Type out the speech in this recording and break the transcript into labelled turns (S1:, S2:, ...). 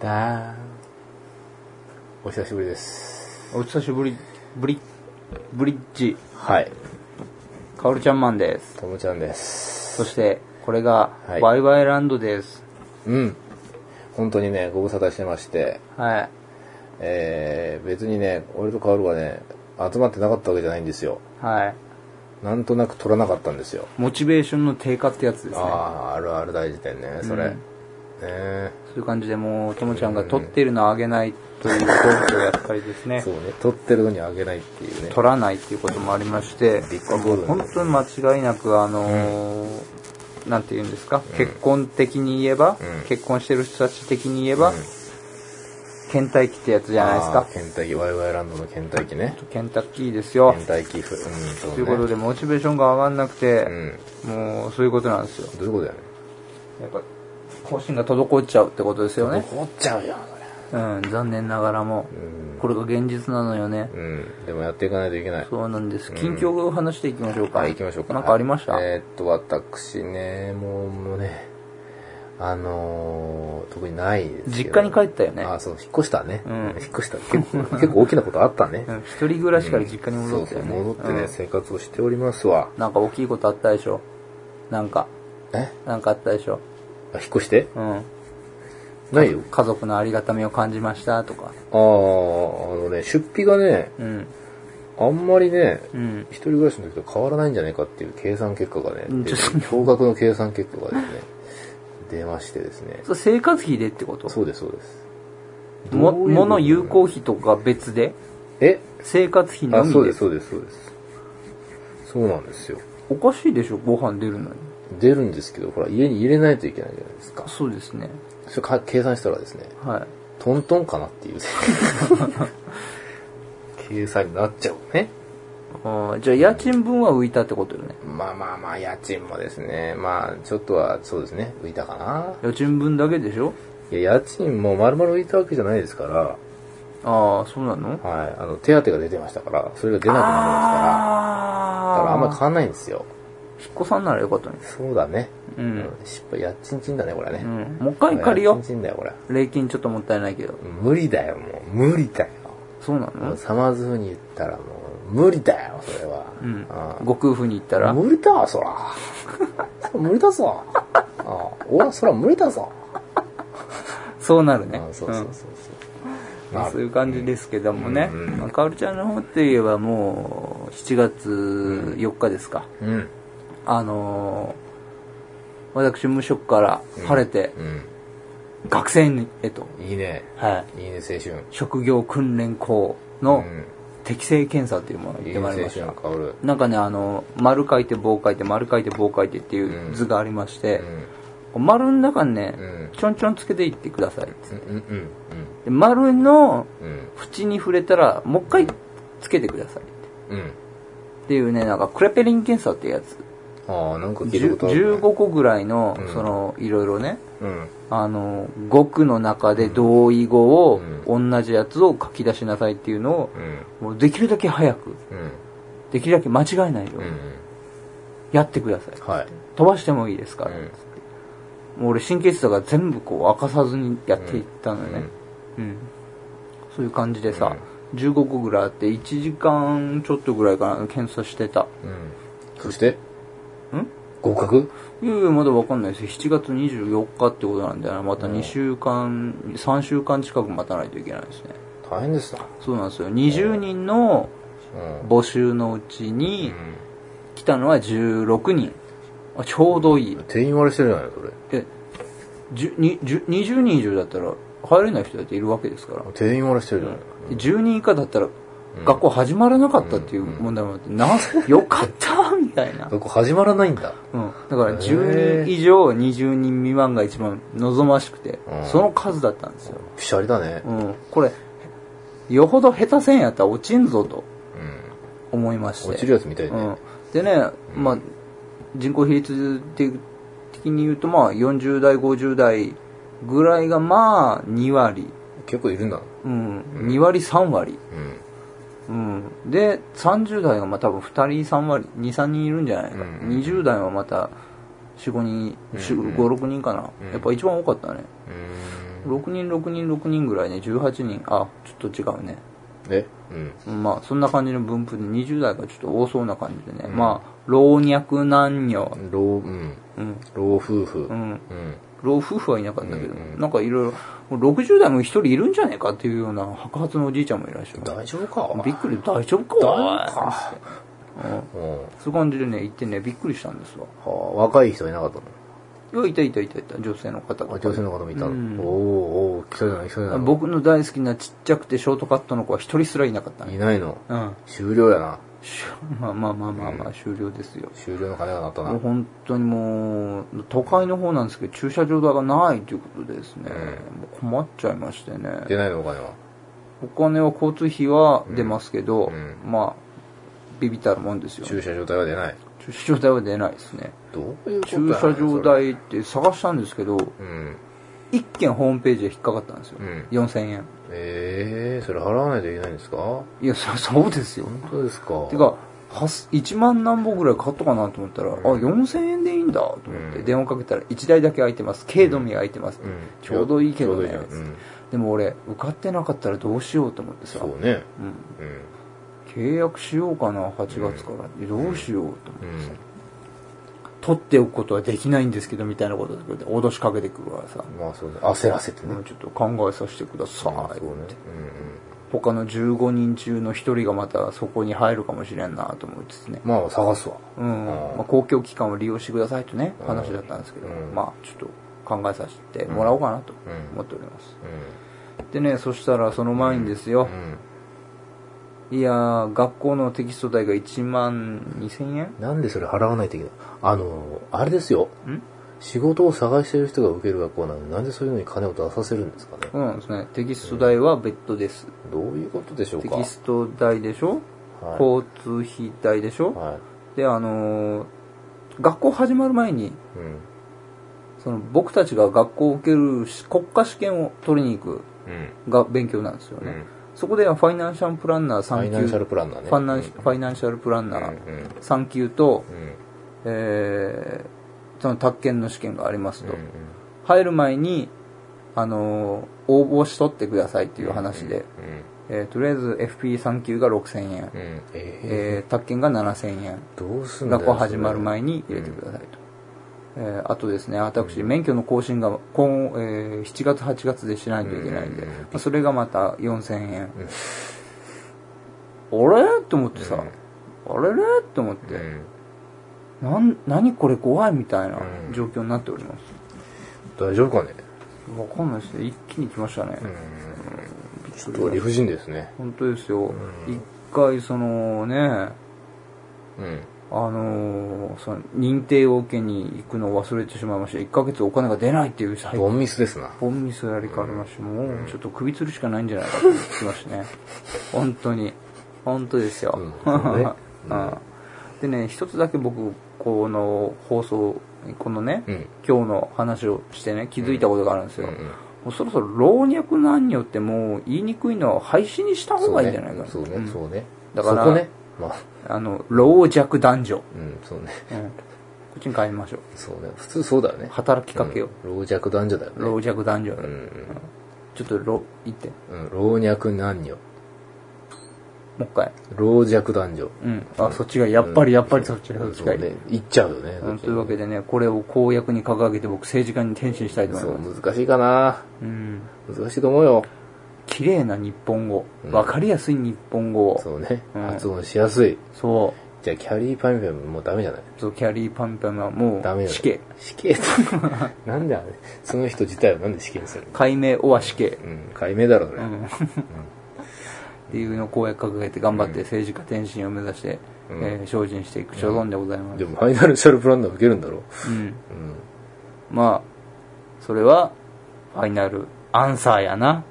S1: だお久しぶりです
S2: お久しぶり、ブリッ、ブリッジ、
S1: はい
S2: カオルちゃんマンです。
S1: ともちゃんです
S2: そして、これが
S1: は、い
S2: ワイワイランドです。
S1: うん本当にねご無沙汰してまして
S2: はい。
S1: えー、別にね俺とカオルがね集まってなかったわけじゃないんですよ
S2: はい。
S1: なんとなく取らなかったんですよ、
S2: モチベーションの低下ってやつですね。
S1: ああーあるある大事点ねそれ、
S2: うん
S1: ねえ
S2: そういう感じでもう、ともちゃんが撮ってるのあげないという根拠をやったりですね
S1: そ。うね取ってるのにあげないっていうね
S2: 撮らないっていうこともありまして
S1: ビッグボード、
S2: 本当に間違いなく、あのーなんて言うんですか、結婚的に言えば、
S1: うん
S2: 結婚してる人たち的に言えば、倦怠期ってやつじゃないです
S1: あ
S2: か
S1: ー。ケンタッキーワイワイランドのケンタッキーね
S2: ケンタッキーですよ
S1: ケ。ンタッキーふうんそうね
S2: ということで、モチベーションが上がんなくて、
S1: うん
S2: もうそういうことなんですよ
S1: どういうことだよね
S2: やっぱ更新が滞っちゃうってことですよね
S1: 怒っちゃうよ
S2: うん残念ながらも、
S1: ん
S2: これが現実なのよね、
S1: うんでもやっていかないといけない
S2: そうなんです近況を話していきましょうか、
S1: はい行きましょうか
S2: なんかありました、
S1: えーっと私ねもうもうねあのー特にないですけど
S2: 実家に帰ったよね
S1: あそう引っ越したね、
S2: ん
S1: 引っ越した結構結構大きなことあったね、
S2: うん一人暮らしから実家に戻った
S1: そうそ
S2: よね、
S1: う戻ってね、
S2: うん
S1: 生活をしておりますわ
S2: なんか大きいことあったでしょなんか
S1: え
S2: なんかあったでしょ
S1: あ引っ越して
S2: うん
S1: ないよ
S2: 家族のありがたみを感じましたと
S1: あ
S2: か
S1: ああのね出費がね
S2: うん
S1: あんまりね、
S2: うん
S1: 一人暮らしの時と変わらないんじゃないかっていう計算結果がね、
S2: うん
S1: 出て
S2: ちょ
S1: 驚愕の計算結果がですね、出ましてですね。
S2: そう生活費でってこと
S1: そうです、そうです。
S2: も
S1: どういう
S2: 物有効費とか別で
S1: え
S2: 生活費の
S1: あ、
S2: み
S1: そう
S2: で
S1: です、そうです、そうです。そうなんですよ。
S2: おかしいでしょご飯出るのに
S1: 出るんですけど、ほら、家に入れないといけないじゃないですか。
S2: そうですね
S1: それか計算したらですね、
S2: はい
S1: トントンかな っていう、計算になっちゃうね。
S2: あーじゃあ家賃分は浮いたってことよね
S1: まあまあまあ、家賃もですね、まあ、ちょっとは、そうですね、浮いたかな。
S2: 家賃分だけでしょ
S1: いや、家賃も丸々浮いたわけじゃないですから、
S2: ああそうなの
S1: はい、あの手当てが出てましたから、それが出なくなりますから、だからあんまり
S2: あ
S1: 変わんないんですよ。
S2: あ引っ越さんならよかったね
S1: そうだね。
S2: う
S1: うん
S2: ん、
S1: 失敗、やっちんちんだね、これは
S2: う
S1: ね。
S2: ん、もう一回借りよ
S1: やっちんちんだよ、これ。
S2: う礼金ちょっともったいないけど
S1: 無理だよ、もう。無理だよ。
S2: そうな
S1: もう
S2: の
S1: サマーズ風に言ったらもう、無理だよ、それは。
S2: うん
S1: あ
S2: ご夫婦に行ったら
S1: 無理だわ、そ ら。そら無理だぞ。ああ俺はそら無理だぞ。
S2: そうなるね
S1: ああそうそうそうそう。
S2: まあ
S1: な
S2: そう
S1: る
S2: いう感じですけどもね、
S1: うんうん
S2: まあ、かおるちゃんの方って言えばもう7月4日ですか、
S1: うん。
S2: あのー私無職から晴れて
S1: う
S2: 学生へと、
S1: ん。いいね。
S2: はい、
S1: いいね、青春。
S2: 職業訓練校
S1: う
S2: の
S1: ん
S2: 適正検査というものを行ってまいりまし
S1: いい
S2: た
S1: ね青春香る。
S2: なんかねあの丸書いて棒書いて丸書いて棒書いてっていう図がありまして、丸の中にね、
S1: うん
S2: ちょんちょんつけていってくださいっつって
S1: うんうんうん
S2: で丸の
S1: うん
S2: 縁に触れたらもう一回つけてくださいって
S1: うんうん
S2: っていうねなんかクレペリン検査ってやつ
S1: ああなんか聞いたことある、
S2: 15
S1: ね、
S2: 個ぐらいの、
S1: うん
S2: そのいろいろね
S1: うん
S2: あの語句の中で同意語を、同じやつを書き出しなさいっていうのを
S1: うん
S2: もうできるだけ早
S1: う
S2: く
S1: ん
S2: できるだけ間違えないよう
S1: う
S2: に
S1: ん
S2: やってください、
S1: はい
S2: 飛ばしてもいいですから、
S1: うん
S2: つってもう俺神経質だから全部こう明かさずにやっていったのよねうん、そういう感じでさ、15個ぐらいあって1時間ちょっとぐらいかな検査してた
S1: うんそして
S2: ん
S1: 合格
S2: いやいやまだわかんないですよ7月24日ってことなんだよなまた2週間、3週間近く待たないといけないですね
S1: 大変ですな
S2: そうなんですよ20人の
S1: うん
S2: 募集のうちに
S1: うん
S2: 来たのは16人あちょうどいい
S1: 店員割れしてるじゃないそれ
S2: えじゅにじゅ20人以上だったら入れない人だっているわけですから
S1: 店員割れしてるじゃない
S2: で10人以下だったら学校始まらなかったっていう問題もあって、なよかったみたいな、
S1: 学校始まらないんだ
S2: うん、だから10人以上20人未満が一番望ましくて、
S1: うん
S2: その数だったんですよ、
S1: ぴしゃりだね
S2: うん、これよほど下手せんやったら落ちんぞと
S1: うん
S2: 思いまして
S1: 落ちるやつみたいね
S2: うん、でね、まあ、人口比率的に言うと、まあ、40代50代ぐらいがまあ2割、
S1: 結構いるんだ
S2: うん、2割3割、
S1: うん
S2: うん、で30代がまあ多分2人3割23人いるんじゃないか、
S1: うん
S2: 20代はまた45人
S1: うん
S2: 4 5 6人かな、
S1: うん
S2: やっぱ一番多かったね
S1: うーん
S2: 6人6人6人ぐらいね18人あちょっと違うね
S1: えうん。
S2: まあそんな感じの分布で20代がちょっと多そうな感じでね、まあ老若男女
S1: 老、うん。
S2: うん
S1: 老夫婦。う。
S2: うんん老夫婦はいなかったけど、
S1: うんうん
S2: なんかいろいろもう60代も一人いるんじゃねえかっていうような白髪のおじいちゃんもいらっしゃる
S1: 大丈夫か
S2: びっくり大丈夫か
S1: 大
S2: おい
S1: 丈夫か
S2: うん
S1: うん。は
S2: そういう感じでね行ってねびっくりしたんですわ
S1: あ、若い人いなかったの
S2: いやいたいたいたいた女性の方とか
S1: あ女性の方もいたの。
S2: うん
S1: おーおー、来たじゃない、来たじゃない。
S2: 僕の大好きなちっちゃくてショートカットの子は一人すらいなかった
S1: い
S2: ね
S1: ないの。
S2: うん
S1: 終了やな。
S2: しまあまあまあまあまあ終了ですよ、
S1: 終了の鐘が鳴ったな。
S2: もう本当にもう都会の方なんですけど駐車場代がないということですね、もう困っちゃいましてね
S1: 出ないのお金は。
S2: お金は交通費は出ますけど、
S1: うん
S2: まあビビったるもんですよ
S1: 駐車場代は出ない。
S2: 駐車場代は出ないですね
S1: どういうこと
S2: 駐車場
S1: 代。
S2: 代って探したんですけ
S1: う
S2: ど
S1: ん。
S2: 1件ホームページで引っかかったんですよ、
S1: うん
S2: 4000円
S1: ええー、それ払わないといけないんですか本
S2: いやそそうですよ
S1: 当ですか
S2: てかはす1万何本ぐらい買ったかなと思ったら、あ4000円でいいんだと思って、
S1: うん
S2: 電話かけたら1台だけ空いてます軽度に空いてます、
S1: うん
S2: ちょうどいいけど
S1: ちょう
S2: ね
S1: どいいじゃんうん
S2: でも俺受かってなかったらどうしようと思ってさ、
S1: そうね。
S2: う
S1: うん。
S2: ん、契約しようかな8月から、どうしようと思って、
S1: うん。
S2: 取っておくことはできないんですけどみたいなことで脅しかけてくるからさ、
S1: まあそうね。焦らせてね。
S2: もうちょっと考えさせてくださ
S1: まあ
S2: い、
S1: そうね。
S2: 他の15人中の1人がまたそこに入るかもしれんなと思いつつね
S1: うんうん。まあ探すわ。
S2: うんまあ、公共機関を利用してくださいとね話だったんですけど、
S1: うん
S2: まあちょっと考えさせてもらおうかなと
S1: うん
S2: 思っております、
S1: う
S2: でねそしたらその前にですよ
S1: ん。う、ん。
S2: いやー学校のテキスト代が1万2000円
S1: なんでそれ払わないといけないあの、あれですよ。
S2: ん
S1: 仕事を探してる人が受ける学校なのになんでそういうのに金を出させるんですかね。
S2: そうなんですねテキスト代は別途です、
S1: どういうことでしょう
S2: テ
S1: か
S2: キスト代でしょ、
S1: はい
S2: 交通費代でしょ、
S1: は
S2: であのー学校始まる前
S1: い。
S2: に
S1: うん。
S2: その僕たちが学校を受けるし国家試験を取りに行く
S1: うん。
S2: が勉強なんですよね、
S1: うん
S2: そこではファイナンシャルプランナー
S1: ファイナンシャル
S2: 3級
S1: プランナーね。
S2: ファイナンシファイナンシャルプランナ
S1: うん
S2: ー3級と、
S1: うん。うん。
S2: えーその宅建の試験がありますと、
S1: うん
S2: 入る前に、あのー応募しとってくださいっていう話で、えーとりあえず FP3 級が6000円、
S1: うん。うん。え
S2: えー宅建が7000円
S1: ー、どうすんだよ
S2: 学校始まる前に入れてくださいと、えーあとですね私免許の更新が今、えー7月8月でしないといけないんで、
S1: うんうんうん
S2: まあそれがまた4000円、あれと思ってさ、あれれと思っ
S1: それう
S2: て、
S1: ん。
S2: なん、何これ怖いみたいな
S1: うん
S2: 状況になっております、
S1: 大丈夫かね
S2: わかんないですね一気に来ましたね、
S1: うん。ちょっと理不尽ですね。
S2: 本当ですよ、一回そのね
S1: うん。
S2: あのーその認定を受けに行くのを忘れてしまいました1ヶ月お金が出ないっていう最
S1: ボンミスですな。
S2: ボンミスやりかありまして、もうちょっと首吊るしかないんじゃないかと思ってきました ね。本当に。本当ですよ。
S1: うんそうね
S2: うんでね、一つだけ僕、この放送、このね、
S1: うん
S2: 今日の話をしてね、気づいたことがあるんですよ。
S1: うんうん
S2: もうそろそろ老若男女ってもう言いにくいのは廃止にした方がいいんじゃないかな
S1: そうね、そうね。
S2: だから
S1: そこね。まあ、
S2: あの、老若男女。
S1: うん、そうね。
S2: うんこっちに変えましょう。
S1: そうね。普通そうだよね。
S2: 働きかけよ
S1: うん老若男女だよ
S2: う。
S1: ね。
S2: 老若男女。
S1: うん
S2: ちょっと老、言って。も
S1: うん。うん老若男女。
S2: う一回。
S1: 老若男女。
S2: うん、あそっちがやっぱりやっぱりそっちがそっち
S1: そ
S2: が
S1: う
S2: いい、
S1: ね。行っちゃうよね。
S2: うん、というわけでねこれを公約に掲げて僕政治家に転身したいと
S1: そ、
S2: 思いうます
S1: 難しいかな。
S2: うん
S1: 難しいと思うよ。
S2: 綺麗な日本語
S1: うん
S2: わかりやすい日本語を、
S1: そうね。
S2: うん
S1: 発音しやすい。
S2: そ
S1: じゃあ、キャリーパンパンもうダメじゃないう
S2: そうキャリーパンパンはも
S1: ダメ
S2: う
S1: よ。
S2: 死刑。
S1: 死刑 と。なんであれその人自体をなんで死刑にするの
S2: 解明オア死刑、
S1: うん、解明だろ、それ。
S2: うんっていうのを公約掲げて頑張って政治家転身を目指して、
S1: うん
S2: えー精進していく所存でございます、
S1: でも、ファイナルシャルプランナー受けるんだろ。
S2: うん
S1: うん。
S2: まあそれはファイナルアンサーやな